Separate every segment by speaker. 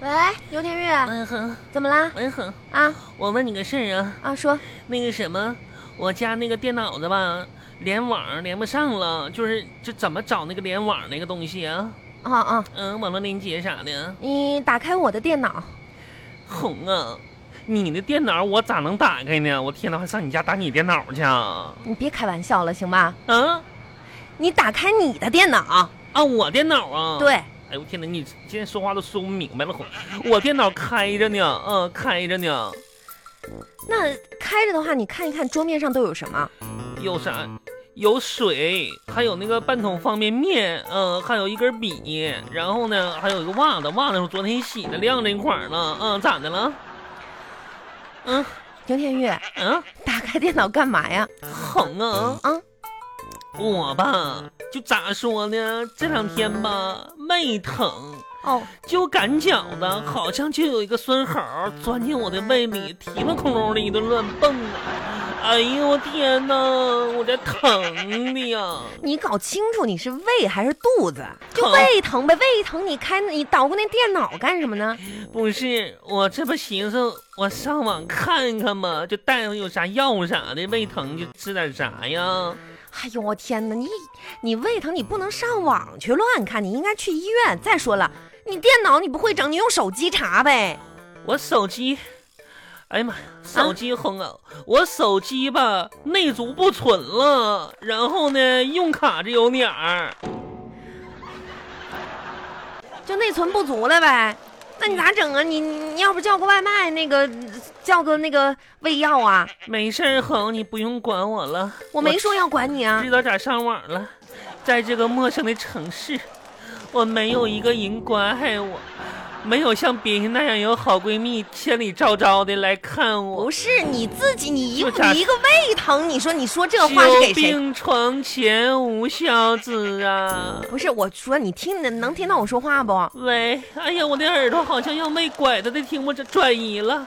Speaker 1: 喂，刘天玉，
Speaker 2: 文恒，
Speaker 1: 怎么啦？
Speaker 2: 文恒，
Speaker 1: 啊
Speaker 2: 嗯我问你个事儿啊，
Speaker 1: 啊，说
Speaker 2: 那个什么，我家那个电脑子吧，联网连不上了，就是这怎么找那个联网那个东西啊？
Speaker 1: 啊啊，
Speaker 2: 嗯，网络连接啥的。
Speaker 1: 你打开我的电脑，
Speaker 2: 红啊，你的电脑我咋能打开呢？我天哪，还上你家打你电脑去啊？
Speaker 1: 你别开玩笑了，行吧？
Speaker 2: 啊
Speaker 1: 你打开你的电脑，
Speaker 2: 啊，我电脑啊？。
Speaker 1: 对，
Speaker 2: 哎呦我天哪，你今天说话都说不明白了，红。我电脑开着呢，嗯、开着呢，
Speaker 1: 那开着的话，你看一看桌面上都有什么。
Speaker 2: 有啥？有水，还有那个半桶方便面，嗯、还有一根笔，然后呢，还有一个袜子，袜子是昨天洗的，晾在一块儿呢，嗯、咋的了？嗯
Speaker 1: 刘天玉，
Speaker 2: 嗯，
Speaker 1: 打开电脑干嘛呀？
Speaker 2: 红啊！
Speaker 1: 啊，
Speaker 2: 我吧，就咋说呢？这两天吧，胃疼，
Speaker 1: 哦，
Speaker 2: 就感觉的好像就有一个酸猴钻进我的胃里，提了窟窿的一顿乱蹦啊！哎呦我天哪，我这疼的呀！
Speaker 1: 你搞清楚你是胃还是肚子，就
Speaker 2: 疼
Speaker 1: 胃疼呗，胃疼你开你捣鼓那电脑干什么呢？
Speaker 2: 不是，我这不寻思我上网看看嘛，就大夫有啥药啥的，胃疼就吃点啥呀？
Speaker 1: 哎呦我天哪，你你胃疼你不能上网去乱看，你应该去医院。再说了，你电脑你不会整，你用手机查呗。
Speaker 2: 我手机，哎呀妈，呀，手机红啊！我手机吧内存不存了，然后呢用卡这有点儿，
Speaker 1: 就内存不足了呗。那你咋整啊？你你要不叫个外卖，那个叫个那个胃药啊？
Speaker 2: 没事儿红，你不用管我了，
Speaker 1: 我没说要管你
Speaker 2: 我
Speaker 1: 啊
Speaker 2: 知。道咋上网了，在这个陌生的城市，我没有一个人关爱我。没有像别人那样有好闺蜜千里昭昭的来看我，
Speaker 1: 不是你自己，你一
Speaker 2: 就咋
Speaker 1: 个你一个胃疼，你说你说这话是给谁？
Speaker 2: 病床前无孝子啊！
Speaker 1: 不是我说你听你能听到我说话不？
Speaker 2: 喂，哎呀，我的耳朵好像要被拐的，的听不着，转移了。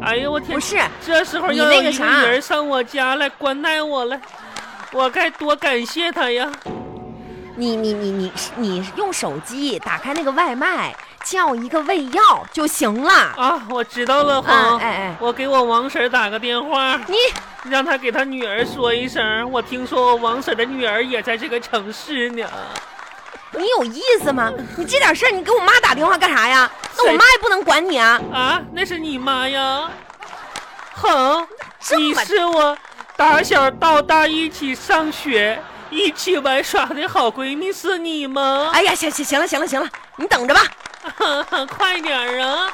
Speaker 2: 哎呀，我天！
Speaker 1: 不是，
Speaker 2: 这时候
Speaker 1: 你
Speaker 2: 要
Speaker 1: 那个
Speaker 2: 有一个
Speaker 1: 啥
Speaker 2: 人上我家来关待我了，我该多感谢他呀！
Speaker 1: 你你你你你用手机打开那个外卖，叫一个胃药就行了。
Speaker 2: 啊，我知道了，红、
Speaker 1: 啊哎哎
Speaker 2: 我给我王婶儿打个电话，
Speaker 1: 你
Speaker 2: 让她给她女儿说一声，我听说我王婶儿的女儿也在这个城市呢。
Speaker 1: 你有意思吗？你这点事儿你给我妈打电话干啥呀？那我
Speaker 2: 谁
Speaker 1: 妈也不能管你啊。
Speaker 2: 啊，那是你妈呀！哼，
Speaker 1: 这
Speaker 2: 你
Speaker 1: 么
Speaker 2: 是我打小到大一起上学、一起玩耍的好闺蜜，是你吗？
Speaker 1: 哎呀，行行行了行了行了，你等着吧。哎
Speaker 2: 快点儿啊！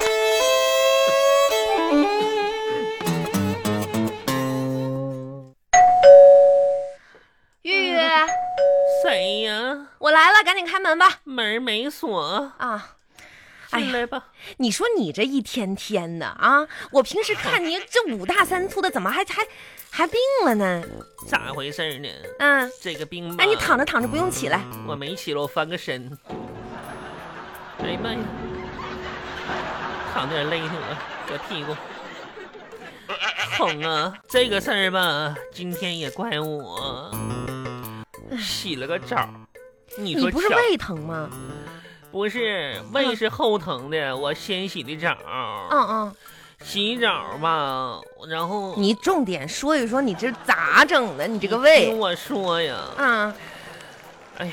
Speaker 1: 玉玉，
Speaker 2: 谁呀？
Speaker 1: 我来了，赶紧开门吧。
Speaker 2: 门儿没锁，
Speaker 1: 啊，哎
Speaker 2: 进
Speaker 1: 呀，
Speaker 2: 来吧。
Speaker 1: 你说你这一天天的啊，我平时看你这五大三粗的，怎么还还还病了呢？
Speaker 2: 咋回事儿呢？
Speaker 1: 嗯，
Speaker 2: 这个病吧，
Speaker 1: 哎，你躺着躺着不用起来，
Speaker 2: 我没起了，我翻个身。哎呀妈呀，躺点累挺啊了，这屁股。红啊，这个事儿吧，今天也怪我，洗了个澡儿。你
Speaker 1: 你
Speaker 2: 说
Speaker 1: 不是
Speaker 2: 巧
Speaker 1: 胃疼吗？
Speaker 2: 不是胃是后疼的，我先洗的澡儿。
Speaker 1: 嗯嗯，
Speaker 2: 洗澡吧，然后
Speaker 1: 你重点说一说你这咋整的？你这个
Speaker 2: 听
Speaker 1: 胃，
Speaker 2: 我说呀，
Speaker 1: 嗯
Speaker 2: 你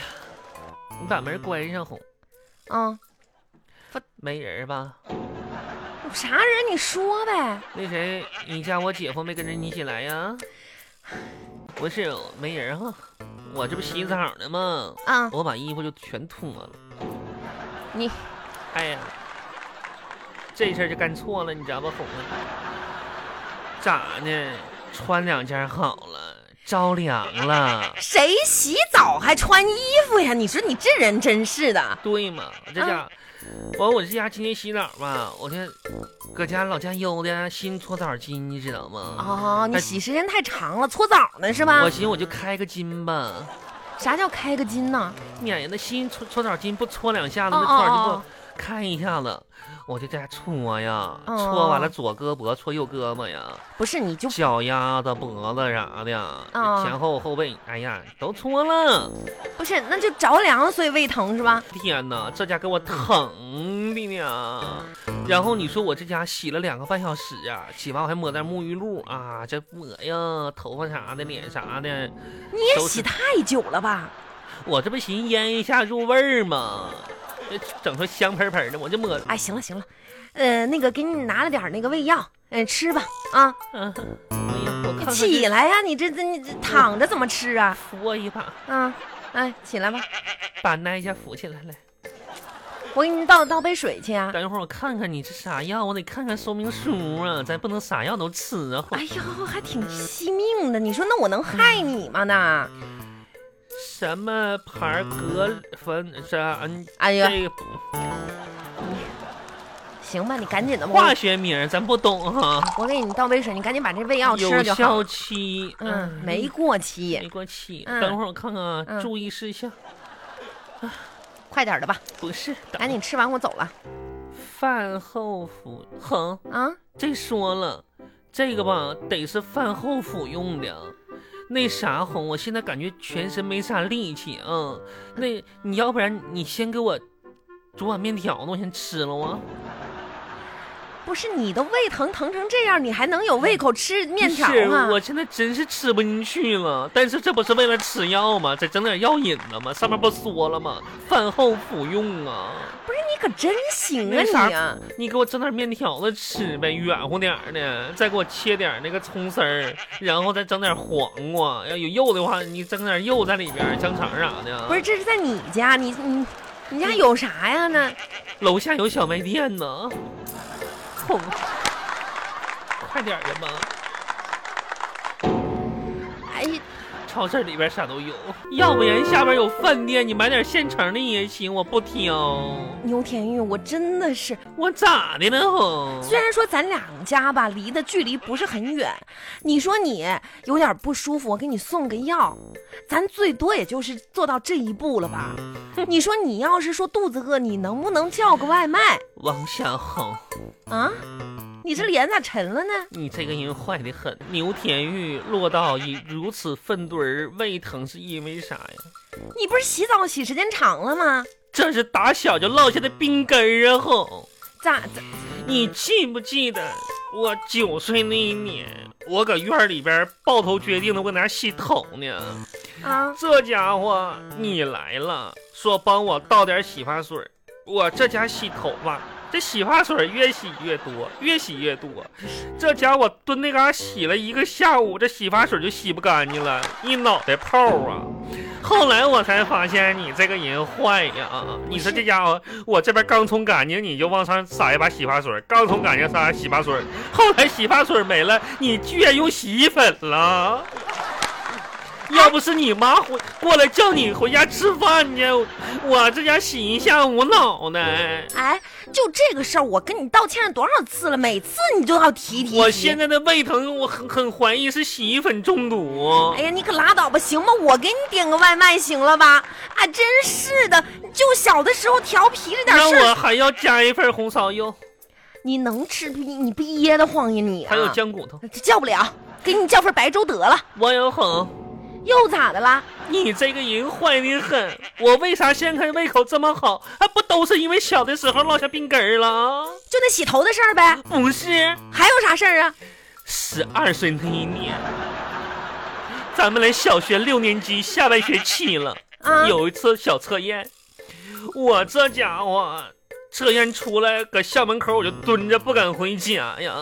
Speaker 2: 把门关上，红，
Speaker 1: 嗯，
Speaker 2: 没人儿吧？
Speaker 1: 有啥人你说呗。
Speaker 2: 那谁，你家我姐夫没跟着你一起来呀？不是，没人哈、我这不洗澡呢吗？
Speaker 1: 啊、
Speaker 2: 我把衣服就全脱了。
Speaker 1: 你
Speaker 2: 哎呀，这事儿就干错了，你知道吧，红啊？咋呢？穿两件好了，着凉了，
Speaker 1: 谁洗澡还穿衣服呀？你说你这人真是的，
Speaker 2: 对吗？我这
Speaker 1: 啊
Speaker 2: 家，完、我这家今天洗澡嘛，我这搁家老家悠的，新搓澡巾，你知道吗？
Speaker 1: 哦，啊你
Speaker 2: 哎
Speaker 1: 洗时间太长了，搓澡呢是吧？
Speaker 2: 我寻思我就开个筋吧。
Speaker 1: 啥叫开个筋呢？
Speaker 2: 免得心搓搓澡巾不搓两下子，
Speaker 1: 哦
Speaker 2: 那搓澡巾
Speaker 1: 哦哦
Speaker 2: 不看一下子，我就在家搓呀，
Speaker 1: 哦
Speaker 2: 搓完了左胳膊搓右胳膊呀，
Speaker 1: 不是你就
Speaker 2: 脚丫子、脖子啥的，
Speaker 1: 哦
Speaker 2: 前后后背，哎呀，都搓了。
Speaker 1: 不是，那就着凉，所以胃疼是吧？
Speaker 2: 天哪，这家给我疼弟呢。然后你说我这家洗了两个半小时啊，洗完我还抹点沐浴露啊，这抹呀，头发啥的，脸啥的，
Speaker 1: 你也
Speaker 2: 都是
Speaker 1: 洗太久了吧？
Speaker 2: 我这不寻腌一下入味儿吗？这整出香喷喷的，我就抹。
Speaker 1: 哎，行了行了，呃，那个给你拿了点儿那个胃药，嗯、吃吧啊，
Speaker 2: 嗯、哎呀，我看看
Speaker 1: 起
Speaker 2: 这
Speaker 1: 来呀、你这这你这躺着怎么吃啊？
Speaker 2: 扶一把，
Speaker 1: 啊，哎，起来吧，
Speaker 2: 把那一下扶起来来。
Speaker 1: 我给你倒倒杯水去啊。
Speaker 2: 等一会儿我看看你这啥药，我得看看说明书啊，咱不能啥药都吃啊。
Speaker 1: 哎呦，还挺惜命的，你说那我能害你吗呢？
Speaker 2: 什么牌儿格芬啥？嗯，
Speaker 1: 哎呀，
Speaker 2: 这个
Speaker 1: 行吧，你赶紧的吧，
Speaker 2: 化学名儿咱不懂哈。
Speaker 1: 我我给你倒杯水，你赶紧把这胃哎药吃
Speaker 2: 有
Speaker 1: 了就好
Speaker 2: 效
Speaker 1: 了。
Speaker 2: 期，
Speaker 1: 嗯，
Speaker 2: 哎
Speaker 1: 没过期，
Speaker 2: 没过期。
Speaker 1: 嗯
Speaker 2: 等会儿我看看啊
Speaker 1: 嗯
Speaker 2: 注意事项。
Speaker 1: 快点儿的吧，
Speaker 2: 不是，
Speaker 1: 赶
Speaker 2: 等
Speaker 1: 紧吃完我走了
Speaker 2: 饭后服，哼，
Speaker 1: 啊。
Speaker 2: 这说了，这个吧得是饭后服用的。那啥红，我现在感觉全身没啥力气啊、嗯。那你要不然你先给我煮碗面条呢，我先吃了啊。
Speaker 1: 不是你都胃疼疼成这样，你还能有胃口吃面条啊
Speaker 2: 是，
Speaker 1: 吗？
Speaker 2: 我现在真是吃不进去了。但是这不是为了吃药吗？这整点药引子吗？上面不说了吗？饭后服用啊。
Speaker 1: 你可真行啊
Speaker 2: 没啥
Speaker 1: 你啊！
Speaker 2: 你给我整点面条子吃呗，软乎点儿的，再给我切点儿那个葱丝儿，然后再整点黄瓜。要有肉的话，你整点肉在里边儿，香肠啥的。
Speaker 1: 不是，这是在你家，你你你家有啥呀呢？
Speaker 2: 楼下有小卖店呢。哄， 快点儿的吧，
Speaker 1: 哎，
Speaker 2: 超市里边啥都有，要不然下边有饭店，你买点现成的也行，我不挑。
Speaker 1: 牛田玉，我真的是，
Speaker 2: 我咋的了？吼
Speaker 1: 虽然说咱两家吧离的距离不是很远，你说你有点不舒服，我给你送个药，咱最多也就是做到这一步了吧？
Speaker 2: 嗯
Speaker 1: 你说你要是说肚子饿，你能不能叫个外卖
Speaker 2: 王小红，
Speaker 1: 啊？你这脸咋沉了呢？
Speaker 2: 你这个人坏的很。牛田玉落到以如此粪堆儿，胃疼是因为啥呀？
Speaker 1: 你不是洗澡洗时间长了吗？
Speaker 2: 这是打小就落下的病根儿啊！吼，
Speaker 1: 咋咋？
Speaker 2: 你记不记得我九岁那一年，我搁院儿里边抱头决定的，我搁那儿洗头呢。
Speaker 1: 啊，
Speaker 2: 这家伙你来了，说帮我倒点洗发水儿，我这家洗头发，这洗发水儿越洗越多，越洗越多。这家伙蹲那嘎洗了一个下午，这洗发水就洗不干净了，一脑袋泡啊！后来我才发现你这个人坏呀！你说这家伙，我这边刚冲干净，你就往上撒一把洗发水，刚冲干净撒洗发水，后来洗发水没了，你居然用洗衣粉了。要不是你妈回过来叫你回家吃饭去，我这家洗一下午脑袋。
Speaker 1: 哎，就这个事儿，我跟你道歉了多少次了，每次你都要提提。
Speaker 2: 我
Speaker 1: 提
Speaker 2: 现，在的胃疼，我很很怀疑是洗衣粉中毒。
Speaker 1: 哎呀，你可拉倒吧，行吗？我给你点个外卖行了吧？啊，真是的，就小的时候调皮这点
Speaker 2: 那
Speaker 1: 事儿，
Speaker 2: 我还要加一份红烧肉，
Speaker 1: 你能吃你你憋得慌呀你、啊？
Speaker 2: 还有酱骨头。
Speaker 1: 叫不了，给你叫份白粥得了，
Speaker 2: 王小红，
Speaker 1: 又咋的啦？
Speaker 2: 你这个人坏的很。我为啥现在胃口这么好？还不都是因为小的时候落下病根儿了？啊
Speaker 1: 就那洗头的事儿呗，
Speaker 2: 不是，
Speaker 1: 还有啥事儿啊？
Speaker 2: 十二岁那一年，咱们来小学六年级下半学期了。
Speaker 1: 啊，
Speaker 2: 有一次小测验，我这家伙测验出来，搁校门口我就蹲着不敢回家呀。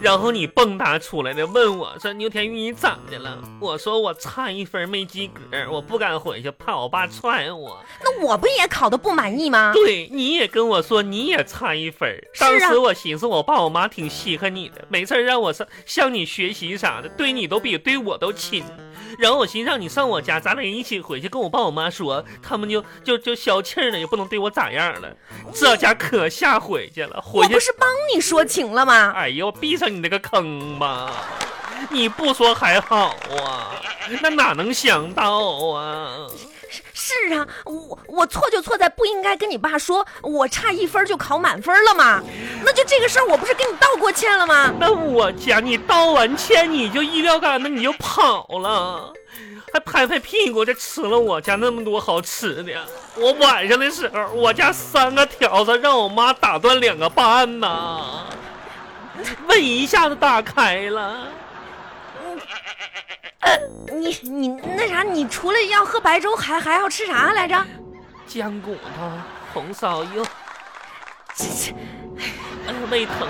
Speaker 2: 然后你蹦跶出来的问我说：“牛田玉，你咋的了？”我说：“我差一分没及格，我不敢回去，怕我爸踹我。
Speaker 1: 那我不也考的不满意吗？
Speaker 2: 对，你也跟我说你也差一分。
Speaker 1: 啊是啊
Speaker 2: 当时我寻思，我爸我妈挺稀罕你的，没事儿让我上向你学习啥的，对你都比对我都亲。然后我寻思让你上我家，咱俩一起回去跟我爸我妈说，他们就就就消气儿了，也不能对我咋样了。这家可下回去了，回
Speaker 1: 我
Speaker 2: 去
Speaker 1: 不，是帮你说情了吗？
Speaker 2: 哎呦，闭上你那个坑吧！你不说还好啊，那哪能想到啊？
Speaker 1: 是啊，我我错就错在不应该跟你爸说我差一分就考满分了吗？那就这个事儿，我不是跟你道过歉了吗？
Speaker 2: 那我家你道完歉你就医疗杆子你就跑了，还拍拍屁股，这吃了我家那么多好吃的。我晚上的时候，我家三个条子让我妈打断两个半呐，胃一下子打开了。
Speaker 1: 呃，你你那啥，你除了要喝白粥，还还要吃啥来着？
Speaker 2: 姜骨头、红烧肉，
Speaker 1: 这这，
Speaker 2: 哎呀，胃疼。